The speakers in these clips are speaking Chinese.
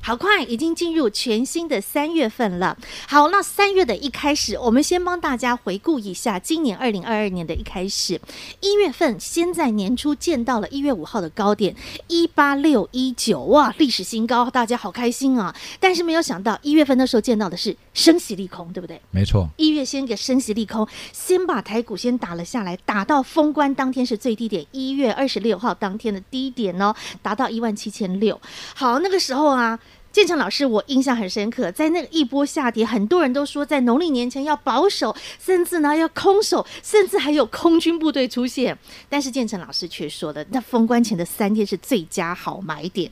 好快，已经进入全新的三月份了。好，那三月的一开始，我们先帮大家回顾一下今年二零二二年的一开始，一月份先在年初见到了一月五号的高点一八六一九，哇，历史新高，大家好开心啊！但是没有想到一月份那时候见到的是升息利空，对不对？没错，一月先给升息利空，先把台股先打了下来，打到封关当天是最低点，一月二十六号当天的低点哦，达到一万七千六。好，那个时候啊。建成老师，我印象很深刻，在那一波下跌，很多人都说在农历年前要保守，甚至呢要空手，甚至还有空军部队出现。但是建成老师却说了，那封关前的三天是最佳好买点，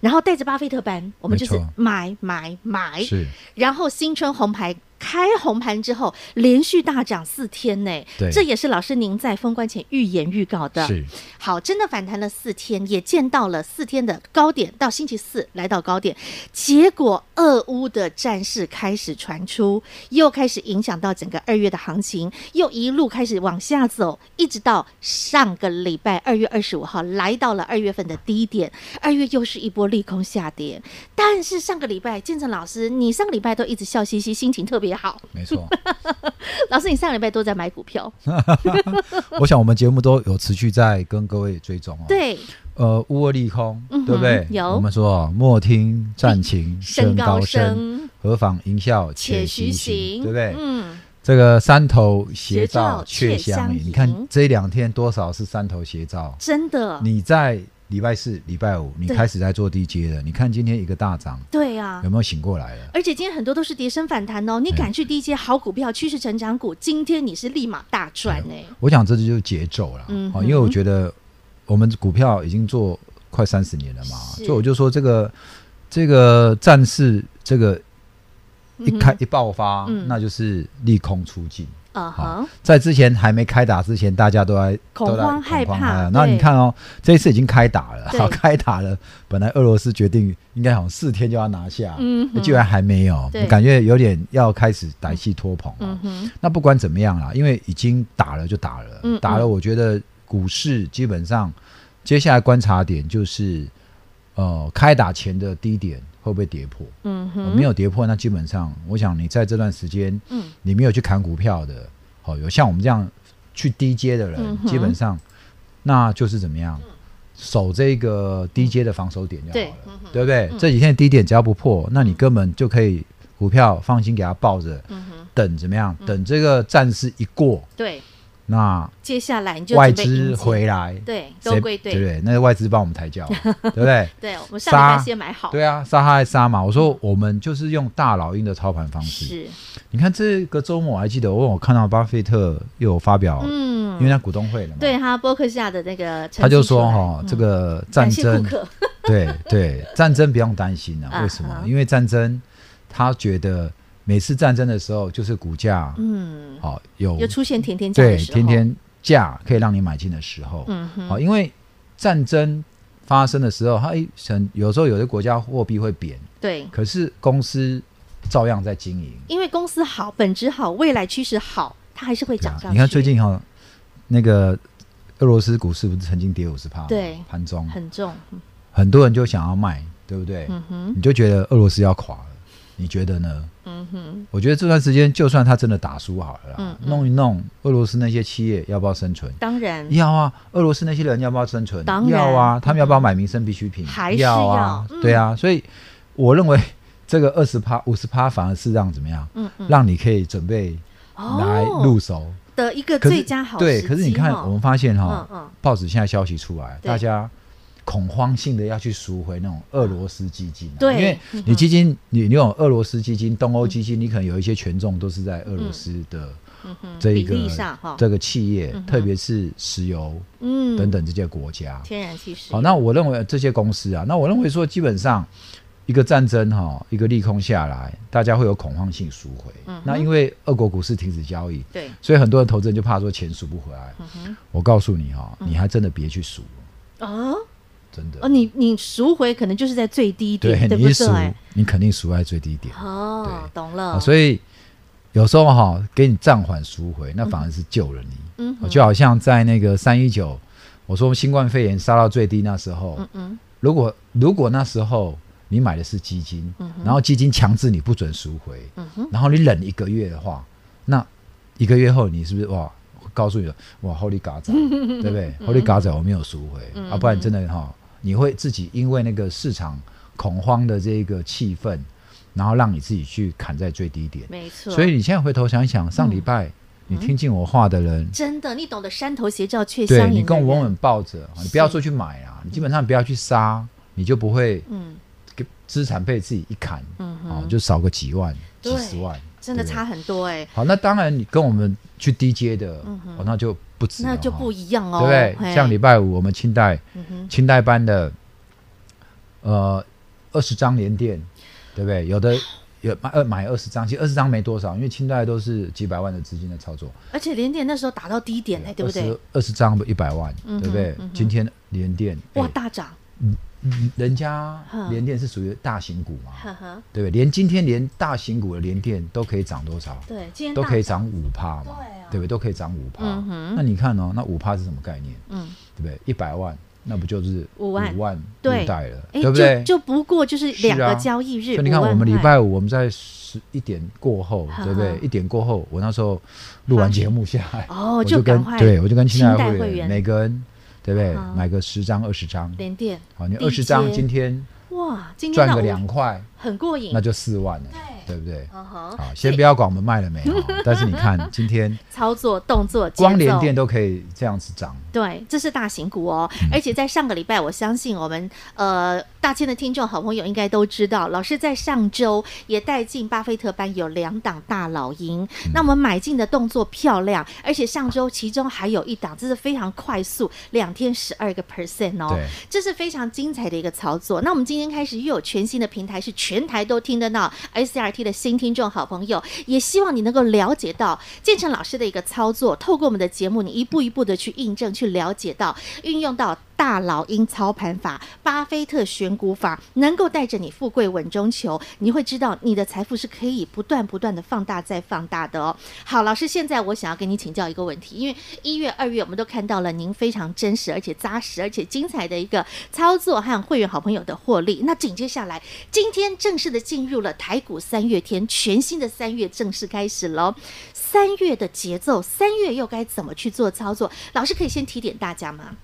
然后带着巴菲特班，我们就是没错买买买，是然后新春红牌开红盘之后，连续大涨四天呢对，这也是老师您在封关前预言预告的。是好，真的反弹了四天，也见到了四天的高点，到星期四来到高点，结果俄乌的战事开始传出，又开始影响到整个二月的行情，又一路开始往下走，一直到上个礼拜二月二十五号来到了二月份的低点，二月又是一波利空下跌，但是上个礼拜建成老师，你上个礼拜都一直笑嘻嘻，心情特别好， 没错。老师你上个礼拜都在买股票，我想我们节目都有持续在跟各位追踪哦。，对，呃，乌俄利空，嗯哼对不对？有我们说哦莫听战情 升升高高声声，何妨吟啸且且徐徐行，行，对不对？嗯。这个山头斜斜照照却却相相迎迎。你看这两天多少是山头斜照？真的，你在礼拜四、礼拜五，你哦对开始在做低阶了。你看今天一个大涨，对啊有。哎没有醒过来了？而且今天很多都是跌升反弹哦，你敢去低阶好股票、趋势成长股，今天你是立马大赚哎、我想这就是节奏啦，嗯哦，哼因为我觉得我们股票已经做快三十年了嘛，是所以我就说这个这个战事这个一开、一爆发，嗯那就是利空出尽。啊好哈，在之前还没开打之前，大家都在恐都在慌害怕对那你看哦，这一次已经开打了，对好开打了。本来俄罗斯决定应该好像四天就要拿下，哎嗯哼居然还没有对，感觉有点要开始歹戏拖棚啊了、嗯哼，那不管怎么样啦，因为已经打了就打了，嗯打了，我觉得股市基本上接下来观察点就是，呃，开打前的低点会不会跌破？嗯呃哼，没有跌破，那基本上我想你在这段时间嗯，你没有去砍股票的，好、有像我们这样去低阶的人，嗯哼基本上那就是怎么样？守这个低阶的防守点就好对了，，嗯哼，对不对？这几天的低点只要不破，那你根本就可以股票放心给它抱着，嗯哼，等怎么样？等这个战事一过，对，那接下来你就外准备资迎接回来，对谁都归对不队，对？那个外资帮我们抬轿，对不对？对我们上礼拜杀先买 好，对啊，杀他还杀嘛！我说我们就是用大老鹰的操盘方式。是，你看这个周末我还记得，我我看到巴菲特又有发表，因为嗯，他股东会了嘛，对哈伯克夏的那个成绩出来，他就说哈，这个嗯战感谢顾争，客， 对对，战争不用担心啊啊。哈为什么？因为战争，他觉得每次战争的时候，就是股价嗯，好有又出现甜甜价的哦对，时候天，天价可以让你买进的时候，嗯哼，好、因为战争发生的时候，它哎很有时候有的国家货币会贬，对，可是公司照样在经营。因为公司好，本质好，未来趋势好，它还是会对涨啊上去。你看最近哈、那个俄罗斯股市不是曾经跌五十趴，对盘中很很重，多人就想要卖，对不对？嗯哼，你就觉得俄罗斯要垮了，你觉得呢？嗯哼，我觉得这段时间，就算他真的打输好了啦，嗯嗯弄一弄，俄罗斯那些企业要不要生存？当然要啊，俄罗斯那些人要不要生存？嗯当然嗯要啊，他们要不要买民生必需品？还是啊要嗯对啊，所以我认为这个二十趴、五十趴反而是让怎么样？嗯嗯，让你可以准备来入哦、手。的一个可是最佳好时对，机可是你看，哦我们发现哈、嗯嗯报纸现在消息出来，对大家恐慌性的要去赎回那种俄罗斯基金、啊，对因为嗯你基金，你你有俄罗斯基金、东欧基金，你可能有一些权重都是在俄罗斯的嗯哼这一比个例上哈，这个企业嗯哼，特别是石油嗯等等这些国家。天然气是好，那我认为这些公司啊，那我认为说，基本上一个战争哈，一个利空下来，大家会有恐慌性赎回。嗯哼那因为俄国股市停止交易，对，所以很多人投资人就怕说钱赎不回来。嗯我告诉你哈、你还真的别去赎，哼，啊，真的。哦，你你赎回可能就是在最低对点，对你一不赎对？，你肯定赎在最低点。哦，对懂了，啊，所以有时候哈、给你暂缓赎回，那反而是救了你。嗯哼啊就好像在那个三一九，我说新冠肺炎杀到最低那时候，嗯嗯，如果如果那时候你买的是基金，嗯然后基金强制你不准赎回，然后你忍一个月的话，那一个月后你是不是哇？告诉你了，哇，Holy 嘎仔，对不 嗯对？Holy 嘎仔，我没有赎回，啊，不然真的哈、你会自己因为那个市场恐慌的这个气氛，然后让你自己去砍在最低点。没错。嗯所以你现在回头想一想，上礼拜你听进我话的人，真的，你懂得山头斜照却相对迎。你跟我稳，稳抱着，你不要说去买啊，你基本上不要去杀，你就不会嗯，给资产被自己一砍，嗯哼哦，就少个几万、对几十万，真的对不对差很多哎，好，那当然你跟我们去低阶的，哦，那就不止嗯了，那就哈不一样哦，对不对？嘿像礼拜五我们清代嗯哼，清代班的，呃，二十张连电，对不对？有的。有买二买二十张，其实二十张没多少，因为清代都是几百万的资金在操作，而且连点那时候打到低点哎，对不对？？二十张不一百万，嗯哼对不对嗯哼？今天联电，哇，哎嗯大涨，人家哼联电是属于大型股嘛，呵呵，对不对？连今天连大型股的联电都可以涨多少？对，今天都大可以涨五趴嘛对啊，对不对？都可以涨五趴嗯哼。那你看哦，那五趴是什么概念？嗯，对不对？一百万，那不就是五五万万对入袋了，哎，对不对？就就不过就是是啊两个交易日，所以你看， 5万我们礼块拜五我们在十一点过后哈，对不对哈？一点过后，我那时候录完节目下来，哦我就赶跟快对我就跟亲爱清代的会会员啊员每个人，对不对哈？买个十张二十张，连点，好，啊你低阶二十张今天哇，今天赚那个我两块，很过瘾那，就四万了，对不对？嗯哼，好，先不要管我们卖 了没有，但是你看今天操作动作节奏光联电都嗯可以这样子涨，对，这是大型股哦，而且在上个礼拜，我相信我们呃大千的听众好朋友应该都知道，老师在上周也带进巴菲特班有两档大老鹰，嗯那我们买进的动作漂亮，而且上周其中还有一档，这是非常快速，两天十二个 percent 哦对，这是非常精彩的一个操作。那我们今天开始又有全新的平台，是全台都听得到 SRT 的新听众好朋友，也希望你能够了解到建成老师的一个操作，透过我们的节目，你一步一步的去印证、去了解到，运用到大老鹰操盘法、巴菲特选股法，能够带着你富贵稳中求，你会知道你的财富是可以不断不断的放大再放大的哦。好，老师，现在我想要跟你请教一个问题，因为一月、二月我们都看到了您非常真实、而且扎实、而且精彩的一个操作和会员好朋友的获利。那紧接下来，今天正式的进入了台股三月天，全新的三月正式开始喽。三月的节奏，三月又该怎么去做操作？老师可以先提点大家吗？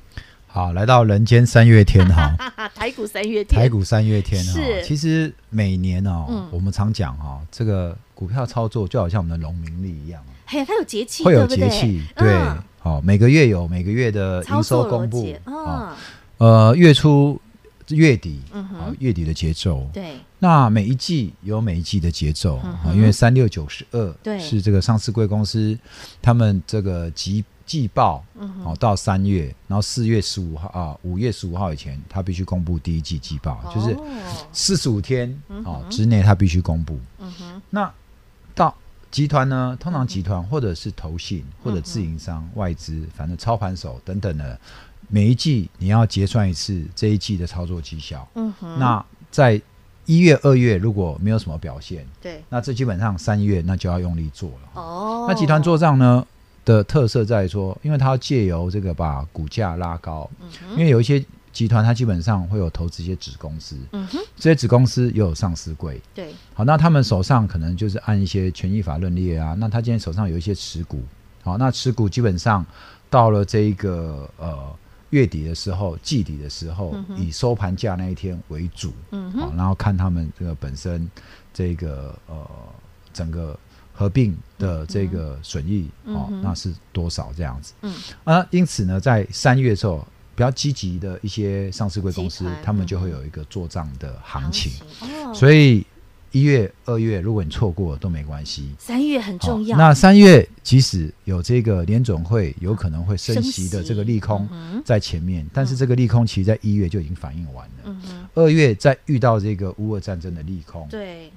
好，来到人间三月天 哈。哈哈， 台股三月天，台股三月天哈、是其实每年哦，嗯我们常讲哈、这个股票操作就好像我们的农民历一样，嘿，哎它有节气，会有对不对节气，对，好、嗯，每个月有每个月的操营收作公逻布辑，，啊，嗯，呃，月初、月底，嗯嗯哼月底的节奏。对，那每一季有每一季的节奏，嗯啊哼因为三六九十对二是这个上市贵公司他们这个季季报，嗯哦，到三月，然后四月十五号啊，五月十五号以前，他必须公布第一季季报，就是哦四十五天嗯哦哼之内，它必须公布。嗯哼，嗯那到集团呢，通常集团或者是投信或者自营商、外资，反正操盘手等等的，每一季你要结算一次这一季的操作绩效。嗯哼，那在一月、二月如果没有什么表现，对，那这基本上三月那就要用力做了。哦，那集团做账呢的特色在于说，因为它要借由这个把股价拉高，嗯因哼，为有一些集团它基本上会有投资一些子公司，嗯哼，这些子公司也有上市柜。对，好，那他们手上可能就是按一些权益法认列啊，那他今天手上有一些持股，好，那持股基本上到了这一个呃月底的时候，季底的时候，嗯哼以收盘价那一天为主，嗯好哼，，然后看他们这个本身这个呃整个合并的这个损益，哦嗯哼，那是多少这样子，嗯，啊，因此呢，在三月的时候。比较积极的一些上市贵公集司团，他们嗯就哼会有一个做账的行情。哦，所以一月、二月，如果你错过都没关系。三月很重要。那三月即使有这个联总会有可能会升息的这个利空嗯哼在前面，但是这个利空其实在一月就已经反应完了。嗯哼，二月再遇到这个乌俄战争的利空，对，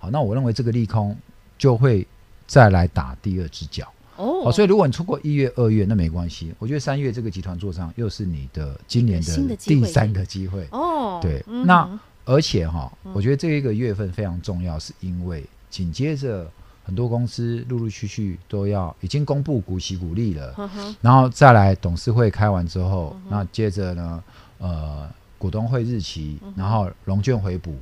好，那我认为这个利空就会再来打第二只脚。哦，好，所以如果你错过一月、二月，那没关系。我觉得三月这个集团做账又是你的今年新的的机会第三个机会。哦，对嗯那哼而且哈、我觉得这一个月份非常重要，是因为紧接着很多公司陆陆续续都要已经公布股息股利了，呵呵然后再来董事会开完之嗯后，那接着呢，呃，股东会日期，嗯然后融券回补，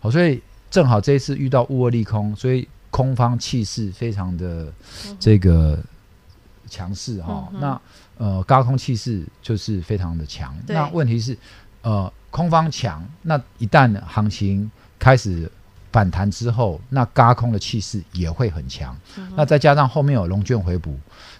好、所以正好这一次遇到乌俄利空，所以空方气势非常的这个强势嗯哈，嗯哼那呃高空气势就是非常的强。对那问题是，呃，空方强，那一旦行情开始反弹之后，那嘎空的气势也会很强。那再加上后面有龙卷回补，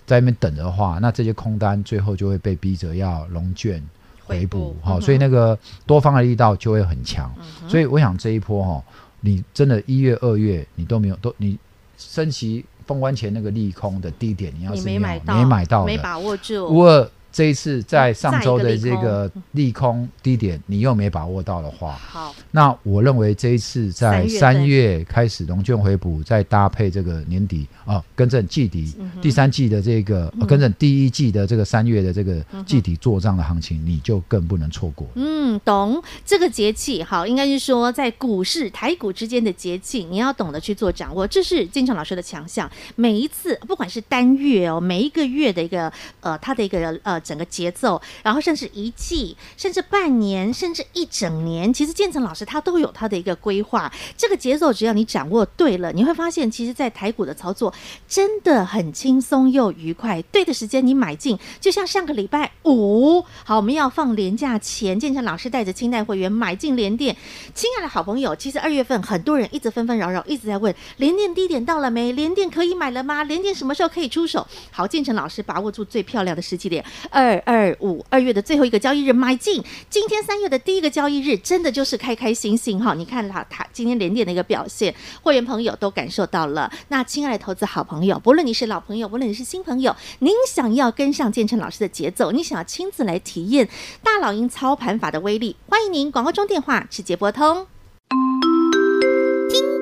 在那边等的话，那这些空单最后就会被逼着要龙卷回补，回补哈、嗯所以那个多方的力道就会很强。所以我想这一波哈、你真的一月、二月你都没有都你升息封关前那个利空的低点，你要你是没有买到，没买到没的，把握乌住，二这一次在上周再的一个利这空嗯个利空低点，你又没把握到的话，好，那我认为这一次在三三月月开始融券回补，再搭配这个年底啊，更正季底嗯哼嗯第三季的这个，呃更正第一季的这个三月的这个季底做账的行情，你就更不能错过了。嗯，懂这个节气，好，应该是说在股市、台股之间的节气，你要懂得去做掌握，这是建成老师的强项。每一次，不管是单月哦，每一个月的一个呃，它的一个呃整个节奏，然后甚至一季，甚至半年，甚至一整年，其实建成老师他都有他的一个规划。这个节奏只要你掌握对了，你会发现，其实，在台股的操作真的很轻松又愉快。对的时间你买进，就像上个礼拜五，好，我们要放年假前，建成老师带着清代会员买进联电。亲爱的好朋友，其实二月份很多人一直纷纷扰扰，一直在问联电低点到了没？联电可以买了吗？联电什么时候可以出手？好，建成老师把握住最漂亮的时机点，二二五，二月的最后一个交易日买进。今天三月的第一个交易日，真的就是开开心心哈！你看啦，它今天联电的一个表现，会员朋友都感受到了。那亲爱的投资好朋友，不论你是老朋友，不论你是新朋友，您想要跟上建成老师的节奏，你想要亲自来体验大老鹰操盘法的威力，欢迎您广告中电话直接拨通。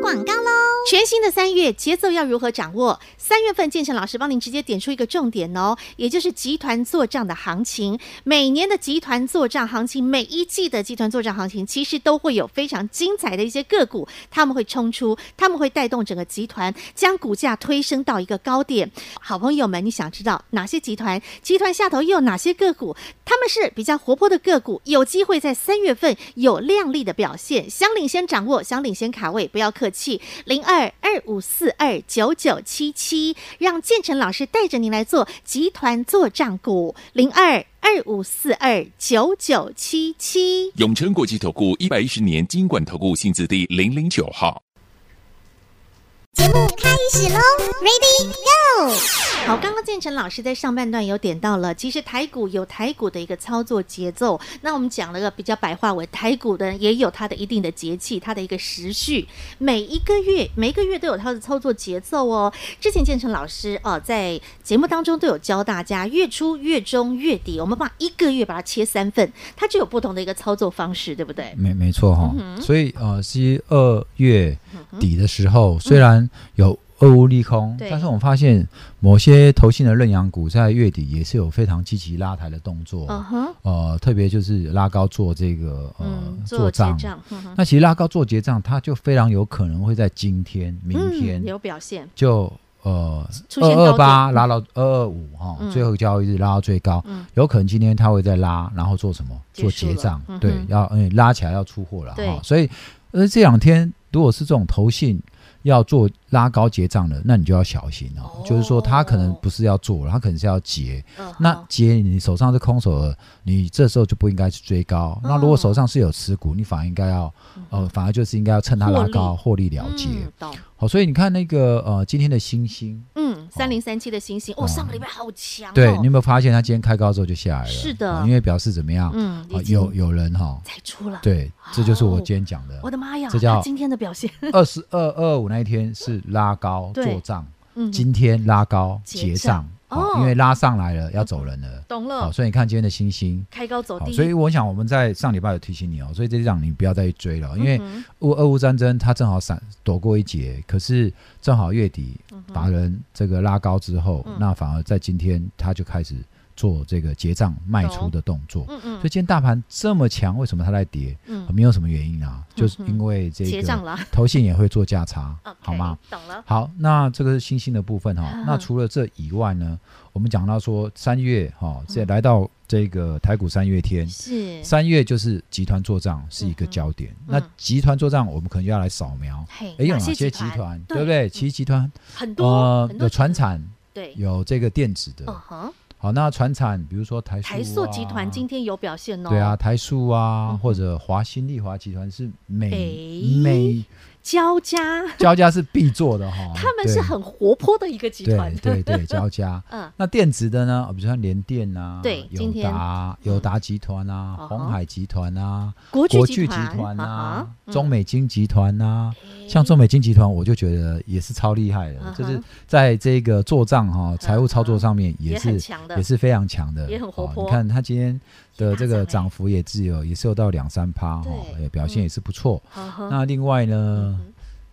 广告喽。全新的三月节奏要如何掌握？三月份建成老师帮您直接点出一个重点哦，也就是集团做账的行情。每年的集团做账行情，每一季的集团做账行情，其实都会有非常精彩的一些个股，他们会冲出，他们会带动整个集团，将股价推升到一个高点。好朋友们，你想知道哪些集团？集团下头又有哪些个股？他们是比较活泼的个股，有机会在三月份有亮丽的表现，想领先掌握，想领先卡位，不要客气，零二二五四二九九七七，让建成老师带着您来做集团做账股，零二二五四二九九七七。永诚国际投顾一百一十年金管投顾新字第零零九号。节目开始喽，Ready Go！好，刚刚建成老师在上半段有点到了，其实台股有台股的一个操作节奏。那我们讲了个比较白话文，台股的也有它的一定的节气，它的一个时序，每一个月每一个月都有它的操作节奏哦。之前建成老师哦、在节目当中都有教大家，月初、月中、月底，我们把一个月把它切三份，它就有不同的一个操作方式，对不对？没没错哈、嗯所以呃，是二月底的时候，虽然有俄乌利嗯空对，但是我们发现某些投信的认养股在月底也是有非常积极拉抬的动作，嗯哼，呃，特别就是拉高做这个呃、嗯，做结账。账，嗯哼那其实拉高做结账，它就非常有可能会在今天、明天嗯，有表现，就呃出二现高二点。八拉到二二五哈嗯，最后交易日拉到最高嗯，有可能今天它会再拉，然后做什么？结束做了结账嗯哼，对，要嗯拉起来要出货了对哈。所以呃这两天如果是这种投信。要做拉高结账的，那你就要小心哦。哦就是说，他可能不是要做，他可能是要结。嗯哼那结你手上是空手的，你这时候就不应该去追高。嗯那如果手上是有持股，你反而应该要，呃，反而就是应该要趁它获拉利高获利了结。嗯，懂，好，所以你看那个呃，今天的星星，嗯，三零三七的星星，哦，上个礼拜好强、哦，对，你有没有发现它今天开高之后就下来了？是的哦因为表示怎么样？嗯哦已经有有人哈，才出了，，对，这就是我哦今天讲的。我的妈呀，这叫他今天的表现，二十二二五那一天是拉高对做账，嗯，今天拉高结结账账，哦哦嗯因为拉上来了要走人了。懂好，了，所以你看今天的星星。开高走好，低，所以我想我们在上礼拜有提醒你哦，所以这让你不要再去追了，因为嗯哼乌俄乌战争它正好闪躲过一劫，可是正好月底嗯把人这个拉高之后，那反而在今天它就开始做这个结账卖出的动作。嗯嗯所以，今天大盘这么强，为什么它在跌？嗯没有什么原因啊，就是因为这结账个了投信也会做价差， ，OK，好吗？？懂了，好，那这个是新兴的部分哈、嗯那除了这以外呢，我们讲到说三月哈、这嗯来到这个台股三月天，是，三月就是集团做账是一个焦点。嗯那集团做账，我们可能要来扫描，哎嘿，诶有哪哪些集团，对不？对？其实集团很多呃嗯很多有船集团，产，对，有这个电子的嗯。哼，好，那船产比如说台塑、啊、台塑集团今天有表现哦，对啊，，台塑啊，嗯或者华新丽华集团是每、诶每 交加，交家是必做的哈、他们是啊对很活泼的一个集团，对对 对，交加。嗯，那电子的呢？哦比如像联电啊，对今友天达、友达集团啊嗯，红海集团啊，国国集巨集团啊啊，，嗯中美金集团啊，诶像中美金集团，我就觉得也是超厉害嗯的，哼嗯就是在这个做账哈、财务操作上面也也是很强的也，是非常强的，也很活哦泼你看它今天的也大这涨欸个涨幅也只有也是有到两三趴哈，对也表现也是不错。嗯哼那另外呢，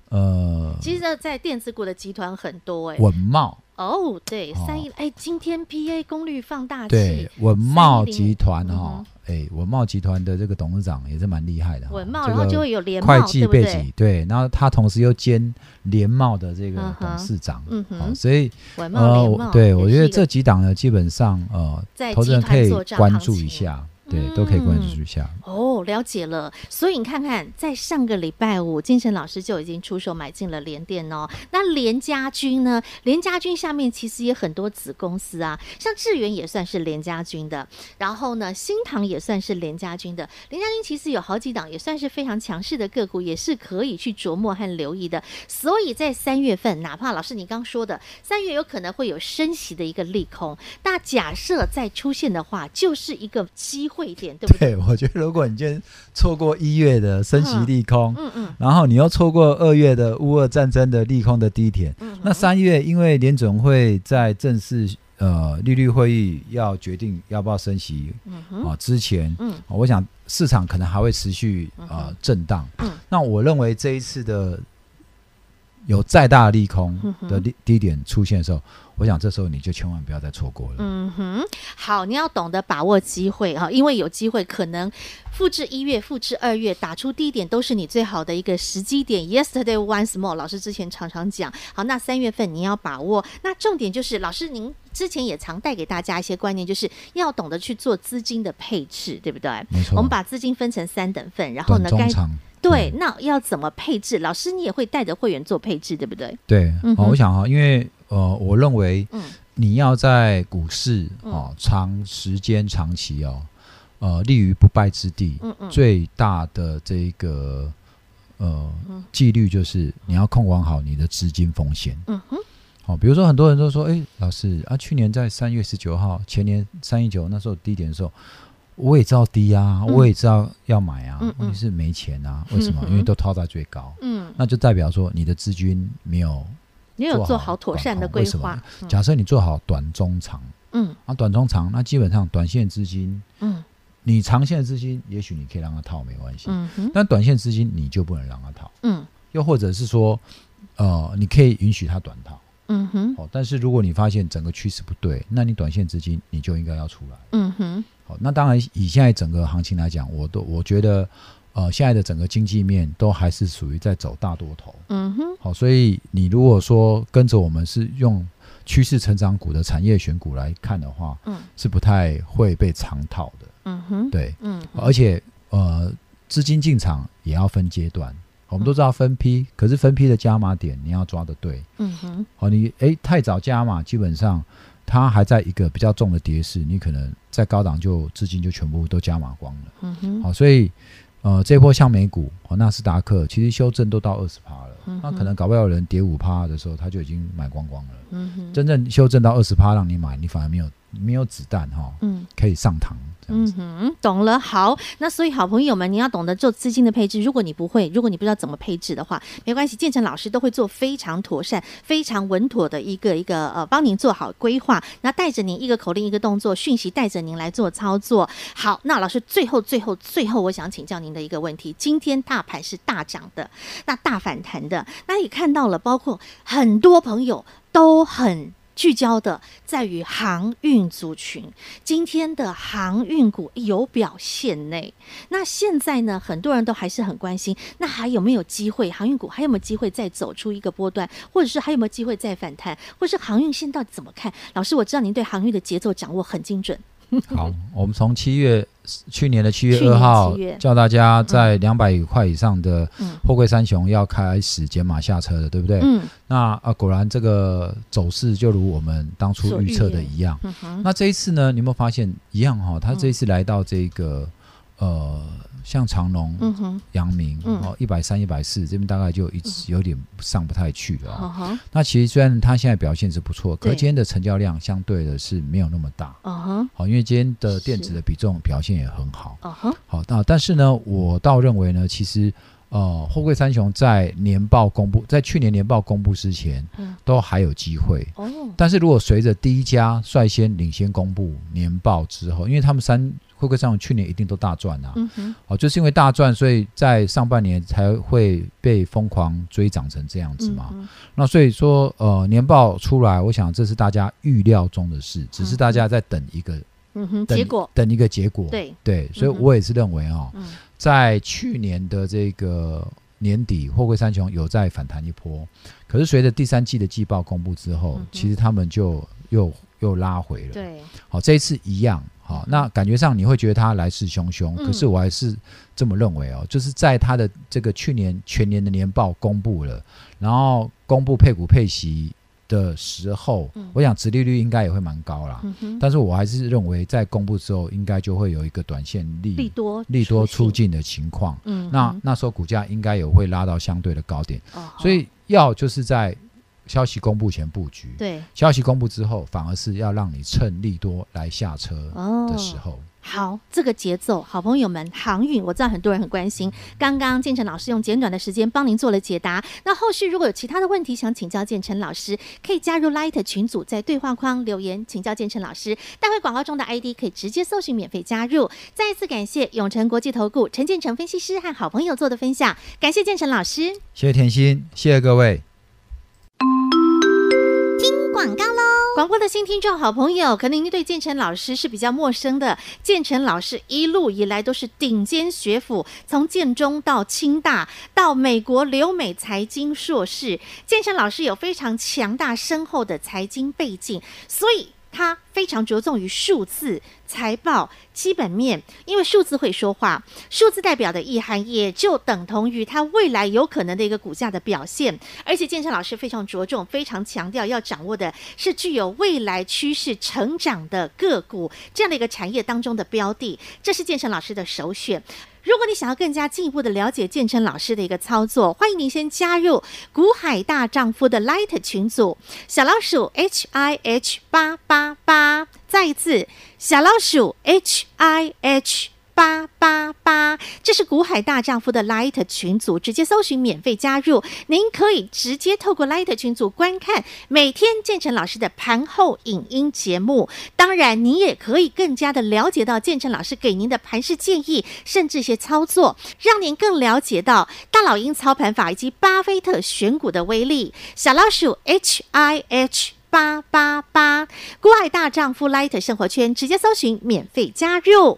呃，其实，在电子股的集团很多哎、稳茂。哦，对，哦三一哎，今天 PA 功率放大器，对，文茂310集团嗯哈，哎，文茂集团的这个董事长也是蛮厉害的哈，文茂，这然后个就会有联会茂，对计不背对？景，对，然后他同时又兼联茂的这嗯个哼董事长，嗯哦哼所以文茂、呃，联我茂，对也是我觉得一个这几档呢，基本上呃在，投资人集团可以做账关行注情一下，对，都可以关注一下，哦，了解了。所以你看看，在上个礼拜五，金晨老师就已经出手买进了联电哦。那联家军呢？联家军下面其实也很多子公司啊，像智源也算是联家军的，然后呢，新唐也算是联家军的。联家军其实有好几档也算是非常强势的个股，也是可以去琢磨和留意的。所以在三月份，哪怕老师你刚说的，三月有可能会有升息的一个利空，那假设再出现的话，就是一个机会点，对不对？ 对我觉得如果你今天错过一月的升息嗯利空，嗯嗯。然后你又错过二月的乌俄战争的利空的低点，嗯那三月因为联准会在正式呃利率会议要决定要不要升息啊、之前，嗯啊我想市场可能还会持续嗯呃震荡。嗯那我认为这一次的有再大的利空嗯哼的利低点出现的时候，我想这时候你就千万不要再错过了。嗯哼，好，你要懂得把握机会哈，因为有机会可能复制一月、复制二月，打出低点都是你最好的一个时机点。Yesterday once more，老师之前常常讲，好，那三月份你要把握。那重点就是，老师您之前也常带给大家一些观念，就是要懂得去做资金的配置，对不对？没错我们把资金分成三等嗯份，然后短呢，该中长对，那要怎么配置？老师你也会带着会员做配置，对不对？对，嗯哦，哼我想哈、因为呃，我认为嗯你要在股市哦、长时间长期哦，呃，立于不败之地，嗯嗯最大的这一个呃纪律就是你要控管好你的资金风险。嗯哼，好、比如说很多人都说，哎，老师啊，去年在三月十九号，前年三一九那时候低点的时候。我也知道低啊，我也知道要买啊，嗯嗯嗯问题是没钱啊，为什么？因为都套在最高，嗯，那就代表说你的资金没有你有做好妥善的规管划控，假设你做好短中长，嗯啊，短中长，那基本上短线资金，嗯你长线资金也许你可以让它套没关系，嗯哼。但短线资金你就不能让它套，嗯又或者是说，呃，你可以允许它短套，嗯哼，哦，但是如果你发现整个趋势不对，那你短线资金你就应该要出来。嗯哼，好，那当然以现在整个行情来讲，我都我觉得，呃，现在的整个经济面都还是属于在走大多头，嗯哼，好，所以你如果说跟着我们是用趋势成长股的产业选股来看的话，嗯，是不太会被长套的，嗯哼，对，嗯而且呃，资金进场也要分阶段，我嗯们都知道分批，可是分批的加码点你要抓得对，嗯哼，好，你诶太早加码，基本上它还在一个比较重的跌势，你可能在高档就资金就全部都加码光了，哦嗯哼，好，所以呃，这波像美股和纳斯达克其实修正都到二十趴了。嗯那可能搞不好有人跌五趴的时候，他就已经买光光了。嗯哼，真正修正到二十趴让你买，你反而没有没有子弹哈、嗯可以上膛这样嗯子。哼，懂了。好，那所以好朋友们，你要懂得做资金的配置。如果你不会，如果你不知道怎么配置的话，没关系，建成老师都会做非常妥善、非常稳妥的一个一个呃，帮您做好规划。那带着您一个口令、一个动作讯息，带着您来做操作。好，那老师最后、最后、最后，我想请教您的一个问题：今天大盘是大涨的，那大反弹的，那也看到了，包括很多朋友都很。聚焦的在于航运族群，今天的航运股有表现呢。那现在呢，很多人都还是很关心，那还有没有机会？航运股还有没有机会再走出一个波段，或者是还有没有机会再反弹，或是航运线到底怎么看？老师，我知道您对航运的节奏掌握很精准。好，我们从七月去年的七嗯月去年二号7月叫大家在两百块以上的嗯货柜三雄要开始减码下车了，对不对？嗯那啊，果然这个走势就如我们当初所预预测的言一样。嗯哼，那这一次呢，你有没有发现一样哈、它这一次来到这个、呃，像长隆、嗯哼，阳明嗯哦，一百三、一百四这边大概就一直有点上不太去了、好哦。好，那其实虽然它现在表现是不错，可对今天的成交量相对的是没有那么大。嗯哼，好，因为今天的电子是的比重表现也很好。嗯哼，好，那但是呢，我倒认为呢，其实呃，货柜三雄在年报公布，在去年年报公布之前，嗯都还有机会。哦，但是如果随着第一家率先领先公布年报之后，因为他们三会柜上雄去年一定都大赚啊，嗯哼，哦，就是因为大赚，所以在上半年才会被疯狂追涨成这样子嗯嘛。哼，那所以说，呃，年报出来，我想这是大家预料中的事，只是大家在等一个、嗯哼，等结果，等一个结果。对对，所以嗯哼我也是认为哦，嗯在去年的这个年底，货柜三雄有在反弹一波，可是随着第三季的季报公布之后，嗯哼其实他们就又又拉回了。，对，好，这一次一样。好，那感觉上你会觉得它来势汹汹，嗯可是我还是这么认为哦，就是在它的这个去年全年的年报公布了，然后公布配股配息的时候，嗯我想殖利率应该也会蛮高啦。嗯哼，但是我还是认为在公布之后，应该就会有一个短线利利多，利多出，尽的情况。嗯哼，那那时候股价应该也会拉到相对的高点，哦好所以要就是在消息公布前布局，对，消息公布之后，反而是要让你趁利多来下车哦的时候。好，这个节奏，好朋友们，航运我知道很多人很关心。刚刚建成老师用简短的时间帮您做了解答。那后续如果有其他的问题想请教建成老师，可以加入 Light 群组，在对话框留言请教建成老师。待会广告中的 ID 可以直接搜寻免费加入。再一次感谢永诚国际投顾陈建成分析师和好朋友做的分享，感谢建成老师。谢谢甜心，谢谢各位。广告喽。广播的新听众好朋友，可能您对建成老师是比较陌生的。建成老师一路以来都是顶尖学府，从建中到清大，到美国留美财经硕士。建成老师有非常强大深厚的财经背景，所以他非常着重于数字、财报、基本面，因为数字会说话，数字代表的意涵也就等同于它未来有可能的一个股价的表现。而且建成老师非常着重、非常强调要掌握的是具有未来趋势成长的个股这样的一个产业当中的标的，这是建成老师的首选。如果你想要更加进一步的了解建成老师的一个操作，欢迎您先加入股海大丈夫的 Light 群组，小老鼠 H I H 八八八，再一次小老鼠 H I H。八八八，这是股海大丈夫的 Light 群组，直接搜寻免费加入。您可以直接透过 Light 群组观看每天建成老师的盘后影音节目。当然，你也可以更加的了解到建成老师给您的盘式建议，甚至一些操作，让您更了解到大老鹰操盘法以及巴菲特选股的威力。小老鼠 H I H。八八八，股海大丈夫 Light 生活圈直接搜寻免费加入。